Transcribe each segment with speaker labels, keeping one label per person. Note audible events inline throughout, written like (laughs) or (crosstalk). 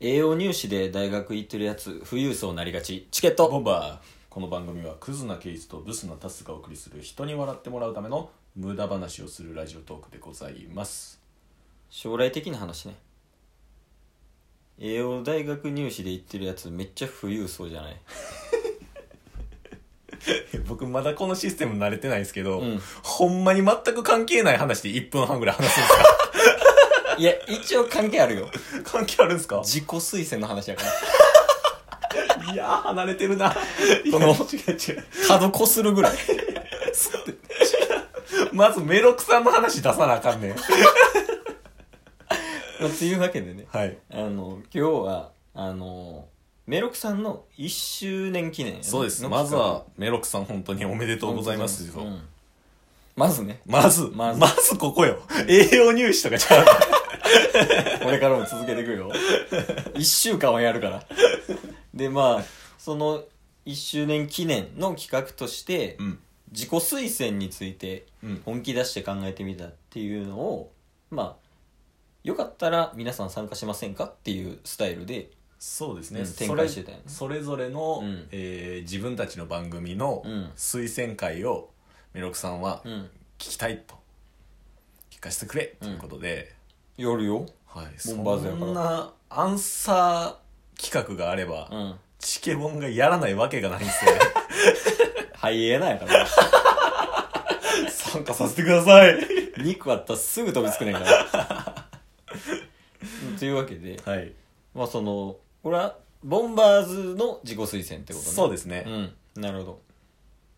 Speaker 1: 栄養入試で大学行ってるやつ富裕層なりがちチケッ
Speaker 2: ボ
Speaker 1: ト
Speaker 2: ンバーこの番組はクズなケイスとブスなタスがお送りする人に笑ってもらうための無駄話をするラジオトークでございます
Speaker 1: 将来的な話ね栄養大学入試で行ってるやつめっちゃ富裕層じゃない
Speaker 2: (laughs) 僕まだこのシステム慣れてないですけど、
Speaker 1: うん
Speaker 2: ほんまに全く関係ない話で1分半ぐらい話すんで
Speaker 1: いや一応関係あるよ
Speaker 2: すか (laughs) 関係あるんですか
Speaker 1: 自己推薦の話やから
Speaker 2: いやー離れてる (laughs) な
Speaker 1: この
Speaker 2: 違う違う
Speaker 1: 角こするぐらい
Speaker 2: (laughs) まずメロクさんの話出さなあかんねん
Speaker 1: まあというわけでね
Speaker 2: はい
Speaker 1: あの今日はあのメロクさんの1周年記念やね
Speaker 2: そうです
Speaker 1: の
Speaker 2: まず
Speaker 1: 企
Speaker 2: はメロクさん本当におめでとうございます
Speaker 1: 画うんまずね
Speaker 2: まず、
Speaker 1: ま
Speaker 2: ま
Speaker 1: ず
Speaker 2: ず、ここよ。栄養入試とかちゃう。
Speaker 1: (laughs) これからも続けていくよ1週間はやるからでまあその1周年記念の企画として、
Speaker 2: うん。
Speaker 1: 自己推薦について
Speaker 2: うん。
Speaker 1: 本気出して考えてみたっていうのをまあよかったら皆さん参加しませんかっていうスタイルで、
Speaker 2: そうです
Speaker 1: う
Speaker 2: ね。
Speaker 1: ん展開してたよね
Speaker 2: それそれぞれの、
Speaker 1: うん
Speaker 2: えー自分たちの番組の
Speaker 1: うん
Speaker 2: 推薦会を、メロクさんは
Speaker 1: う
Speaker 2: 聞
Speaker 1: ん、
Speaker 2: きたいと。聞かせてくれということで、
Speaker 1: やるよ、
Speaker 2: はい。
Speaker 1: ボ
Speaker 2: そ
Speaker 1: ンバーズやから
Speaker 2: んなアンサー企画があれば、
Speaker 1: うん、
Speaker 2: チケボンがやらないわけがないんですよね。
Speaker 1: ハイエナやから (laughs)
Speaker 2: (laughs) 参加させてください。
Speaker 1: 肉あったらすぐ飛びつくねんから
Speaker 2: (laughs)
Speaker 1: うんというわけで
Speaker 2: はい。
Speaker 1: まあそのこれはボンバーズの自己推薦ってことね
Speaker 2: そうですね。
Speaker 1: うんなるほど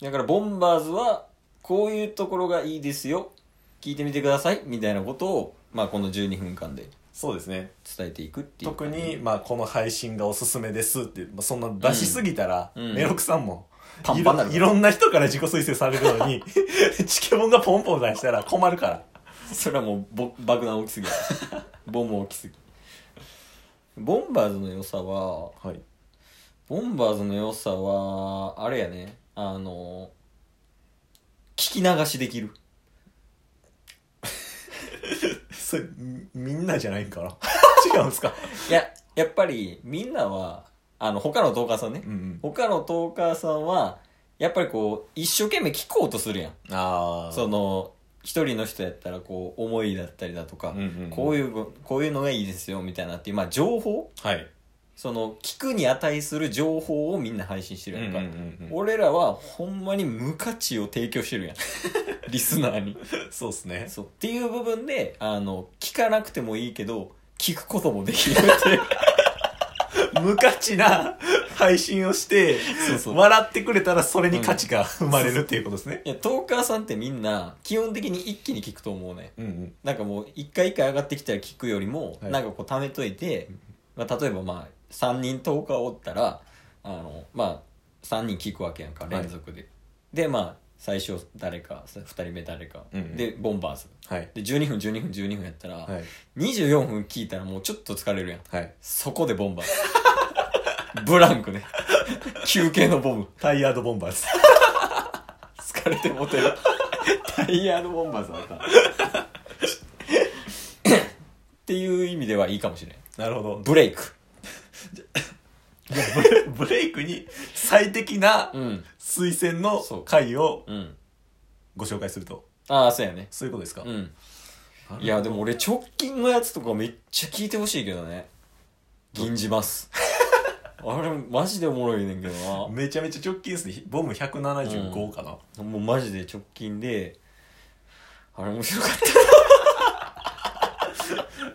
Speaker 1: だからボンバーズはこういうところがいいですよ聞いてみてくださいみたいなことを、まあ、この12分間で
Speaker 2: そうですね。
Speaker 1: 伝えていくっていう
Speaker 2: 特
Speaker 1: 感じ
Speaker 2: に、まあ、この配信がおすすめですって、まあ、そんな出しすぎたら、
Speaker 1: うんうん
Speaker 2: メロクさんも
Speaker 1: パン
Speaker 2: い
Speaker 1: パン
Speaker 2: ろ
Speaker 1: なる
Speaker 2: いろんな人から自己推薦される
Speaker 1: (laughs)
Speaker 2: のにチケボンがポンポン出したら困るから
Speaker 1: それはもうぼ爆弾大 (laughs) きすぎやボンも大きすぎボンバーズの良さは
Speaker 2: はい
Speaker 1: ボンバーズの良さはあれやねあの聞き流しできる
Speaker 2: それみみんなじゃない
Speaker 1: (laughs)
Speaker 2: んかな違うんですか
Speaker 1: いややっぱりみんなはあの他のトーカーさんね、
Speaker 2: うん
Speaker 1: 他のトーカーさんはやっぱりこう一生懸命聞こうとするやん
Speaker 2: ああ
Speaker 1: その一人の人やったらこう思いだったりだとか、
Speaker 2: うんうんうん
Speaker 1: こういうごこういうのがいいですよみたいなっていうまあ情報
Speaker 2: はい
Speaker 1: その聞くに値する情報をみんな配信してるやんか、
Speaker 2: うんうんうんうん
Speaker 1: 俺らはほんまに無価値を提供してるやん (laughs) リスナ
Speaker 2: (laughs)
Speaker 1: ーに
Speaker 2: そうですね
Speaker 1: そうっていう部分であの聞かなくてもいいけど聞くこともできるっていう
Speaker 2: 無価値な配信をして
Speaker 1: そう
Speaker 2: (laughs)
Speaker 1: そう
Speaker 2: 笑ってくれたらそれに価値が生まれるっていうことですね
Speaker 1: いやトーカーさんってみんな基本的に一気に聞くと思うね
Speaker 2: うんうん
Speaker 1: なんかもう一回一回上がってきたら聞くよりも、
Speaker 2: はい
Speaker 1: なんかこう貯めといて、まあ、例えばまあ3人10日おったらあのまあ3人聞くわけやんか
Speaker 2: はい
Speaker 1: 連続で、でまあ最初誰か2人目誰か、
Speaker 2: うんうん
Speaker 1: でボンバーズ
Speaker 2: はい
Speaker 1: で12分12分12分やったら、
Speaker 2: はい
Speaker 1: 24分聞いたらもうちょっと疲れるやん
Speaker 2: はい
Speaker 1: そこでボン
Speaker 2: (laughs)
Speaker 1: バーズブランクね休憩のボム
Speaker 2: タイヤードボンバーズ
Speaker 1: 疲れてモテるタイヤードボンバーズだったっていう意味ではいいかもしれん
Speaker 2: なるほど
Speaker 1: ブレイク
Speaker 2: ブレブレイクに最適な
Speaker 1: うん
Speaker 2: 推薦の
Speaker 1: そう
Speaker 2: 回を
Speaker 1: うん
Speaker 2: ご紹介すると
Speaker 1: ああそうやね
Speaker 2: そういうことですか、
Speaker 1: うんいやでも俺直近のやつとかめっちゃ聞いてほしいけどね銀じます (laughs) あれマジでおもろいねんけどな
Speaker 2: めちゃめちゃ直近ですねボム175かな、
Speaker 1: もうマジで直近であれ面白かっ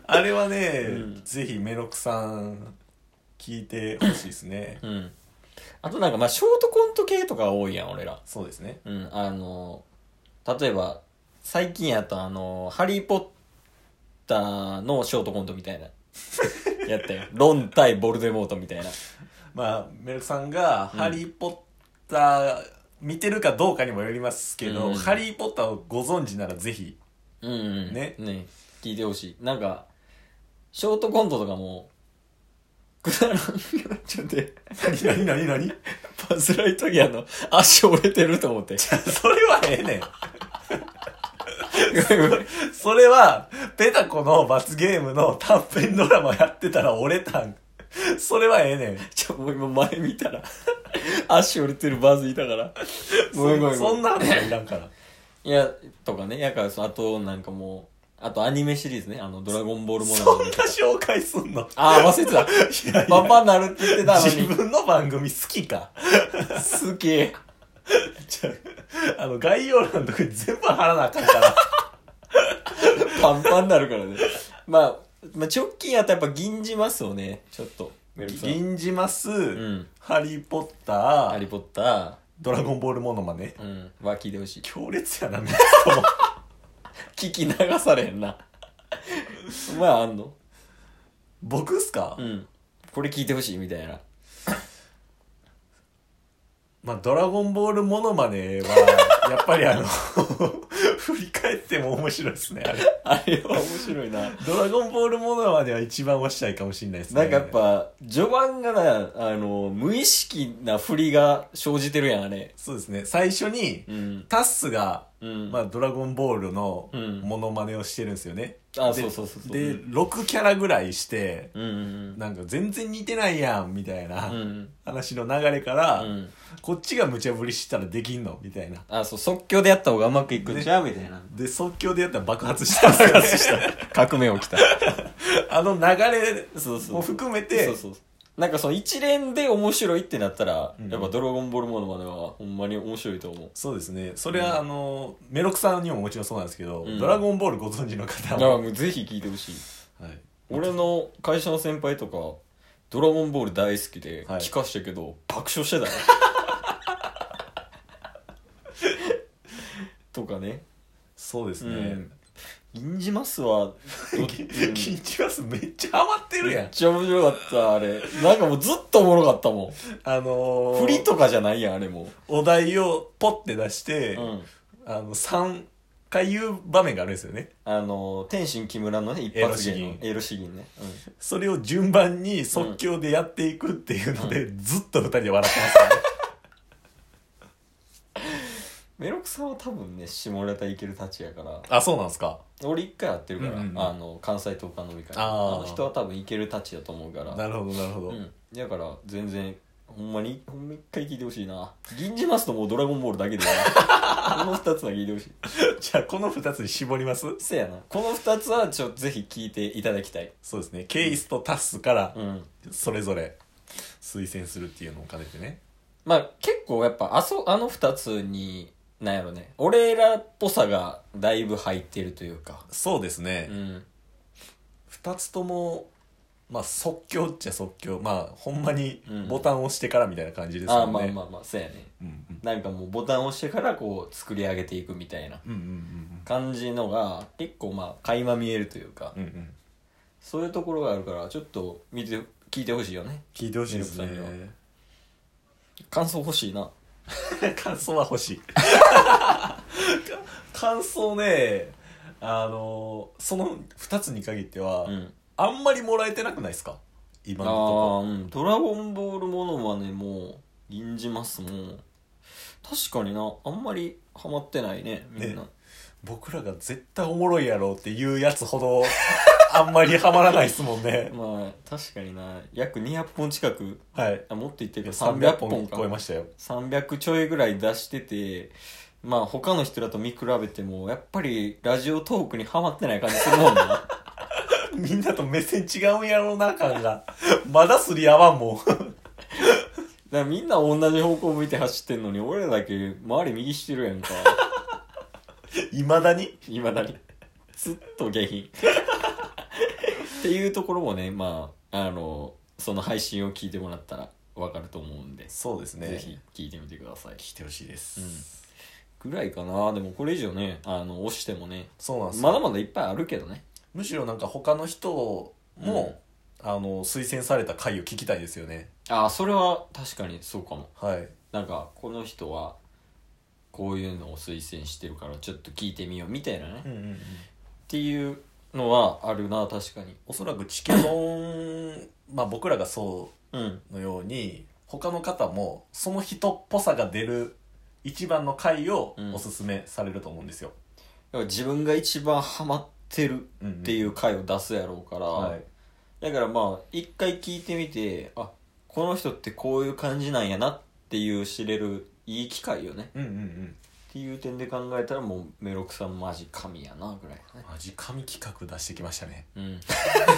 Speaker 2: あれはね、
Speaker 1: うん
Speaker 2: ぜひメロクさん聞いてほしいですね
Speaker 1: たうんあとなんかまあショートコント系とか多いやん俺ら
Speaker 2: そうですね
Speaker 1: うん、あの、例えば、最近やとあの、ハリーポッターのショートコントみたい (laughs) な。やったよ。ロン対ボルデモートみたいな。
Speaker 2: まあメロクさんが「ハリー・ポッター」見てるかどうかにもよりますけど「
Speaker 1: うん
Speaker 2: ハリー・ポッター」をご存知ならぜひ
Speaker 1: うん、うん。
Speaker 2: ね
Speaker 1: ね。聞いてほしい。なんか、ショートコントとかも、くだらんくなっちゃって、
Speaker 2: 何何何何 (laughs)
Speaker 1: バズライトギアの足折れてると思って。 (laughs)
Speaker 2: それはええねん (laughs) それは、ペタコの罰ゲームの短編ドラマやってたら折れたんそれはええねん
Speaker 1: ちょ、もう今前見たら、足折れてるバズいたから。ごめんごめんごめん
Speaker 2: そんな話はいらんから
Speaker 1: いや、とかね。やから、そあと、なんかもう、あとアニメシリーズね。あの、ドラゴンボールも
Speaker 2: そん
Speaker 1: の
Speaker 2: な紹介すんの
Speaker 1: ああ、忘れてた。
Speaker 2: (laughs) いやい
Speaker 1: パ
Speaker 2: や
Speaker 1: パなるって言ってたの
Speaker 2: 自
Speaker 1: に。
Speaker 2: 分の番組好きか
Speaker 1: 好き。
Speaker 2: じゃああの概要欄のとこに全部貼らなあかんから
Speaker 1: パンパンになるからね。まあ、まあ、直近やったらやっぱ銀じますをね、ちょっと。
Speaker 2: 「
Speaker 1: (laughs) 銀
Speaker 2: 銀じます」
Speaker 1: ん
Speaker 2: ハリー・ポッタ
Speaker 1: ハ
Speaker 2: ー
Speaker 1: リー・ポッタ
Speaker 2: ドラゴンボールモノマネ
Speaker 1: ー、うん、は聞いてほしい。
Speaker 2: 強烈やなみんな
Speaker 1: 聞き流されへんな。まあ、あんの
Speaker 2: 僕っすか、
Speaker 1: うん。これ聞いてほしいみたいな。
Speaker 2: まあ、ドラゴンボールモノマネは、やっぱりあの、 (laughs) 振り返っても面白いですね、あれ。
Speaker 1: あれは面白いな。
Speaker 2: ドラゴンボールモノマネは一番おっしゃいかもしれないですね。
Speaker 1: なんかやっ、ぱ、序盤がな、あの、無意識な振りが生じてるやん、あれ。
Speaker 2: そうですね、最初に、
Speaker 1: うん。
Speaker 2: タッスが、
Speaker 1: うん。
Speaker 2: まあ、ドラゴンボールの
Speaker 1: うん
Speaker 2: モノマネをしてるんですよね。
Speaker 1: あ
Speaker 2: で
Speaker 1: そうそうそうそう
Speaker 2: で、
Speaker 1: う
Speaker 2: 6キャラぐらいして、
Speaker 1: うんうん
Speaker 2: なんか全然似てないやん、みたい
Speaker 1: うん。う。
Speaker 2: なん話の流れから、
Speaker 1: うん。
Speaker 2: こっちが無茶ぶりしたらできんのみたいな。
Speaker 1: あ、そう、即興でやった方がうまくいくんちゃうみたいな。
Speaker 2: で、即興でやったら爆発したんですよね、
Speaker 1: 革命起きた。
Speaker 2: (laughs) あの流れ
Speaker 1: そうそう
Speaker 2: も含めて、
Speaker 1: そうそうそうなんかその一連で面白いってなったら、
Speaker 2: うん
Speaker 1: やっぱ「ドラゴンボールモノマネ」はほんまに面白いと思う
Speaker 2: そうですね。それは、あの、メロクさんにももちろんそうなんですけど、
Speaker 1: うん
Speaker 2: ドラゴンボールご存知の方
Speaker 1: だから
Speaker 2: も。
Speaker 1: もうぜひ聞いてほしい
Speaker 2: はい。
Speaker 1: 俺の会社の先輩とか「ドラゴンボール」大好きで
Speaker 2: はい
Speaker 1: 聞かしたけど、爆笑
Speaker 2: (laughs)
Speaker 1: してたねとかね
Speaker 2: そうです
Speaker 1: う
Speaker 2: ね
Speaker 1: ん。銀じます
Speaker 2: (laughs)
Speaker 1: はど
Speaker 2: キ
Speaker 1: う
Speaker 2: ン
Speaker 1: ん
Speaker 2: キンチバスめっちゃハマってる
Speaker 1: め
Speaker 2: や
Speaker 1: っ
Speaker 2: ん。
Speaker 1: ちゃ面白かったあれなんかもうずっとおもろかったもん
Speaker 2: あのー、
Speaker 1: 振りとかじゃないやんあれも
Speaker 2: お題をポッて出して、
Speaker 1: う、うん、
Speaker 2: あの、3回言う場面があるんですよね。
Speaker 1: あの天心木村のね一発芸のエロ詩吟ね、
Speaker 2: それを順番に即興でやっていくっていうので、ずっと二人で笑ってますよね。
Speaker 1: うん、メロクさんは多分ね下ネタいけるたちやから
Speaker 2: あ、そうなんですか。
Speaker 1: 俺一回会ってるから、
Speaker 2: うんうんうん
Speaker 1: あの関西東海飲み会
Speaker 2: あー
Speaker 1: あの人は多分いけるたちやと思うから
Speaker 2: なるほど、なるほど。
Speaker 1: うん、だから全然ほんまにほんま一回聞いてほしいな銀じますともう「ドラゴンボール」だけで
Speaker 2: (laughs)
Speaker 1: なこの二つは聞いてほしい
Speaker 2: じゃあ、この二つに絞ります
Speaker 1: せやなこの二つはちょぜひ聞いていただきたい
Speaker 2: そうですね。ケイスとタッスから、
Speaker 1: うん
Speaker 2: それぞれ推薦するっていうのを兼ねてね
Speaker 1: まあ結構やっぱあそあの二つになんやろね俺らっぽさがだいぶ入ってるというか
Speaker 2: そうです
Speaker 1: う
Speaker 2: ね、
Speaker 1: ん
Speaker 2: 二2つともまあ即興っちゃ即興まあほんまに
Speaker 1: うん
Speaker 2: ボタンを押してからみたいな感じです
Speaker 1: あ
Speaker 2: よ
Speaker 1: あ
Speaker 2: ね、
Speaker 1: まあまあまあそうやね
Speaker 2: うんうん
Speaker 1: なんかもうボタンを押してからこう作り上げていくみたいな
Speaker 2: うんうん
Speaker 1: 感じのが結構まあ垣間見えるというか、
Speaker 2: うんうんうんうん
Speaker 1: そういうところがあるからちょっと見て聞いてほしいよね
Speaker 2: 聞いてほしいです
Speaker 1: メルクさん
Speaker 2: ね
Speaker 1: 感想欲しいな
Speaker 2: 感想は欲しい (laughs) 感想ねあのその2つに限っては、
Speaker 1: うん
Speaker 2: あんまりもらえてなくないです
Speaker 1: あ
Speaker 2: か今のとこ
Speaker 1: あうん「ドラゴンボールものまね」も「銀じます」も確かになあんまりハマってないねみんな、
Speaker 2: ね僕らが絶対おもろいやろうっていうやつほどあんまりハマらないですもんね
Speaker 1: まあ確かにな約200本近く
Speaker 2: はい (laughs)
Speaker 1: あもっと言ってるけど
Speaker 2: 300
Speaker 1: 300
Speaker 2: 本
Speaker 1: 本
Speaker 2: 超え
Speaker 1: か
Speaker 2: ましたよ
Speaker 1: 300ちょいぐらい出しててまあ他の人らと見比べてもやっぱりラジオトークにはまってない感じするもん (laughs) な
Speaker 2: (laughs) みんなと目線違うんやろうな感がまだすり合わんも (laughs) ん
Speaker 1: だからみんな同じ方向向いて走ってんのに俺らだけ周り右してるやんか
Speaker 2: いまだに
Speaker 1: いまだにずっと下品っていうところもねまああのその配信を聞いてもらったら分かると思うんで、
Speaker 2: そうですね
Speaker 1: ぜひ聞いてみてください
Speaker 2: 聞いてほしいです、
Speaker 1: うんぐらいかなでもこれ以上ねあの押してもね
Speaker 2: そうなんですよ
Speaker 1: まだまだいっぱいあるけどね
Speaker 2: むしろなんか他の人も、あの推薦された回を聞きたいですよね
Speaker 1: ああそれは確かにそうかも
Speaker 2: はい
Speaker 1: なんかこの人はこういうのを推薦してるからちょっと聞いてみようみたいなね、
Speaker 2: う
Speaker 1: っ
Speaker 2: んうんうん
Speaker 1: ていうのはあるな確かに
Speaker 2: おそらくチケボンまあ僕らがそ
Speaker 1: うん
Speaker 2: うのように他の方もその人っぽさが出る一番の回を
Speaker 1: うん
Speaker 2: おすすめされると思うんですよ、
Speaker 1: だから自分が一番ハマってる
Speaker 2: うんうん
Speaker 1: っていう回を出すやろうから、
Speaker 2: はい、
Speaker 1: だからまあ一回聞いてみてあこの人ってこういう感じなんやなっていう知れるいい機会よね
Speaker 2: うんうんうん
Speaker 1: っていう点で考えたらもうメロクさんマジ神やなぐらいだね
Speaker 2: マジ神企画出してきましたね
Speaker 1: うん
Speaker 2: (laughs)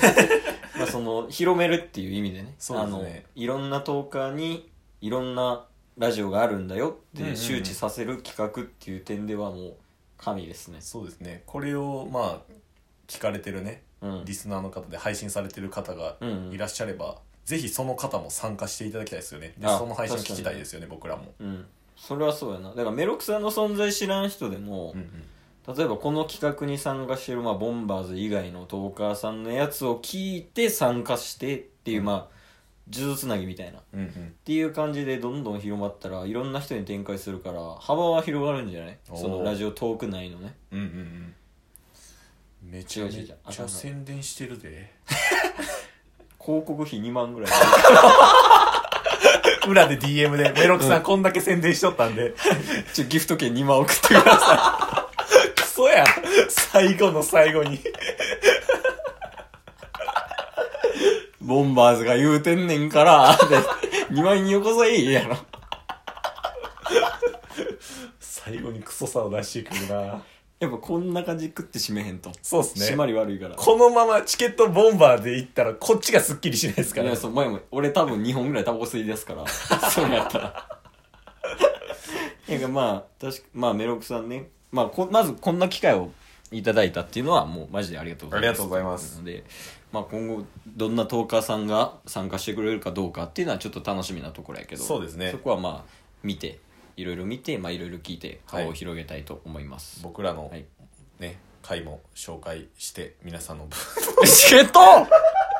Speaker 1: まあその広めるっていう意味でね
Speaker 2: そうで
Speaker 1: あ
Speaker 2: すね
Speaker 1: のいろんなトーカーにいろんなラジオがあるんだよっ
Speaker 2: うんうん
Speaker 1: て
Speaker 2: うん
Speaker 1: 周知させる企画っていう点ではもう神ですね
Speaker 2: そうですねこれをまあ聞かれてるね
Speaker 1: うん
Speaker 2: リスナーの方で配信されてる方が
Speaker 1: うんうん
Speaker 2: いらっしゃれば、ぜひその方も参加していただきたいですよねで
Speaker 1: あ
Speaker 2: その配信聞きたいですよね僕らも、
Speaker 1: うんそれはそうやなだからメロクさんの存在知らん人でも、
Speaker 2: うんうん
Speaker 1: 例えばこの企画に参加してる、まあ、ボンバーズ以外のトーカーさんのやつを聞いて参加してっていう、まあ数珠つなぎみたいなっ
Speaker 2: うんうん、
Speaker 1: ていう感じでどんどん広まったらいろんな人に展開するから幅は広がるんじゃない
Speaker 2: おー
Speaker 1: そのラジオトーク内のね
Speaker 2: うんうんうんめちゃめ
Speaker 1: 違う違う違
Speaker 2: ち
Speaker 1: うあかん
Speaker 2: ゃ
Speaker 1: な
Speaker 2: 宣伝してるで
Speaker 1: 広告費2万ぐ (laughs) らい
Speaker 2: 裏で DM でメロクさんこんだけ宣伝しとったんで
Speaker 1: ちょギフト券2万送ってくださ
Speaker 2: クソやん最後の最後に
Speaker 1: い (laughs) ボンバーズが言うてんねん (laughs) から2万円よこせいいやろ
Speaker 2: 最後にクソさを出してくるな
Speaker 1: やっぱこんな感じで食って締めへんと
Speaker 2: そうっすね
Speaker 1: 締まり悪いから
Speaker 2: このままチケットボンバーで行ったらこっちがスッキリしないですか
Speaker 1: い
Speaker 2: ら
Speaker 1: やそう前も俺多分2本ぐらいタバコ吸いですから (laughs) そうやったらいやまあ確かまあメロクさんね、まあ、こまずこんな機会をいただいたっていうのはもうマジでありがとうございます
Speaker 2: ありがとうございます
Speaker 1: ので、まあ、今後どんなトーカーさんが参加してくれるかどうかっていうのはちょっと楽しみなところやけど
Speaker 2: そうですね
Speaker 1: そこはまあ見ていろいろ見て、まあ、いろいろ聞いて
Speaker 2: はい
Speaker 1: 顔を広げたいと思います、
Speaker 2: 僕らの
Speaker 1: はい (laughs)
Speaker 2: ね、回も紹介して皆さんの
Speaker 1: チケット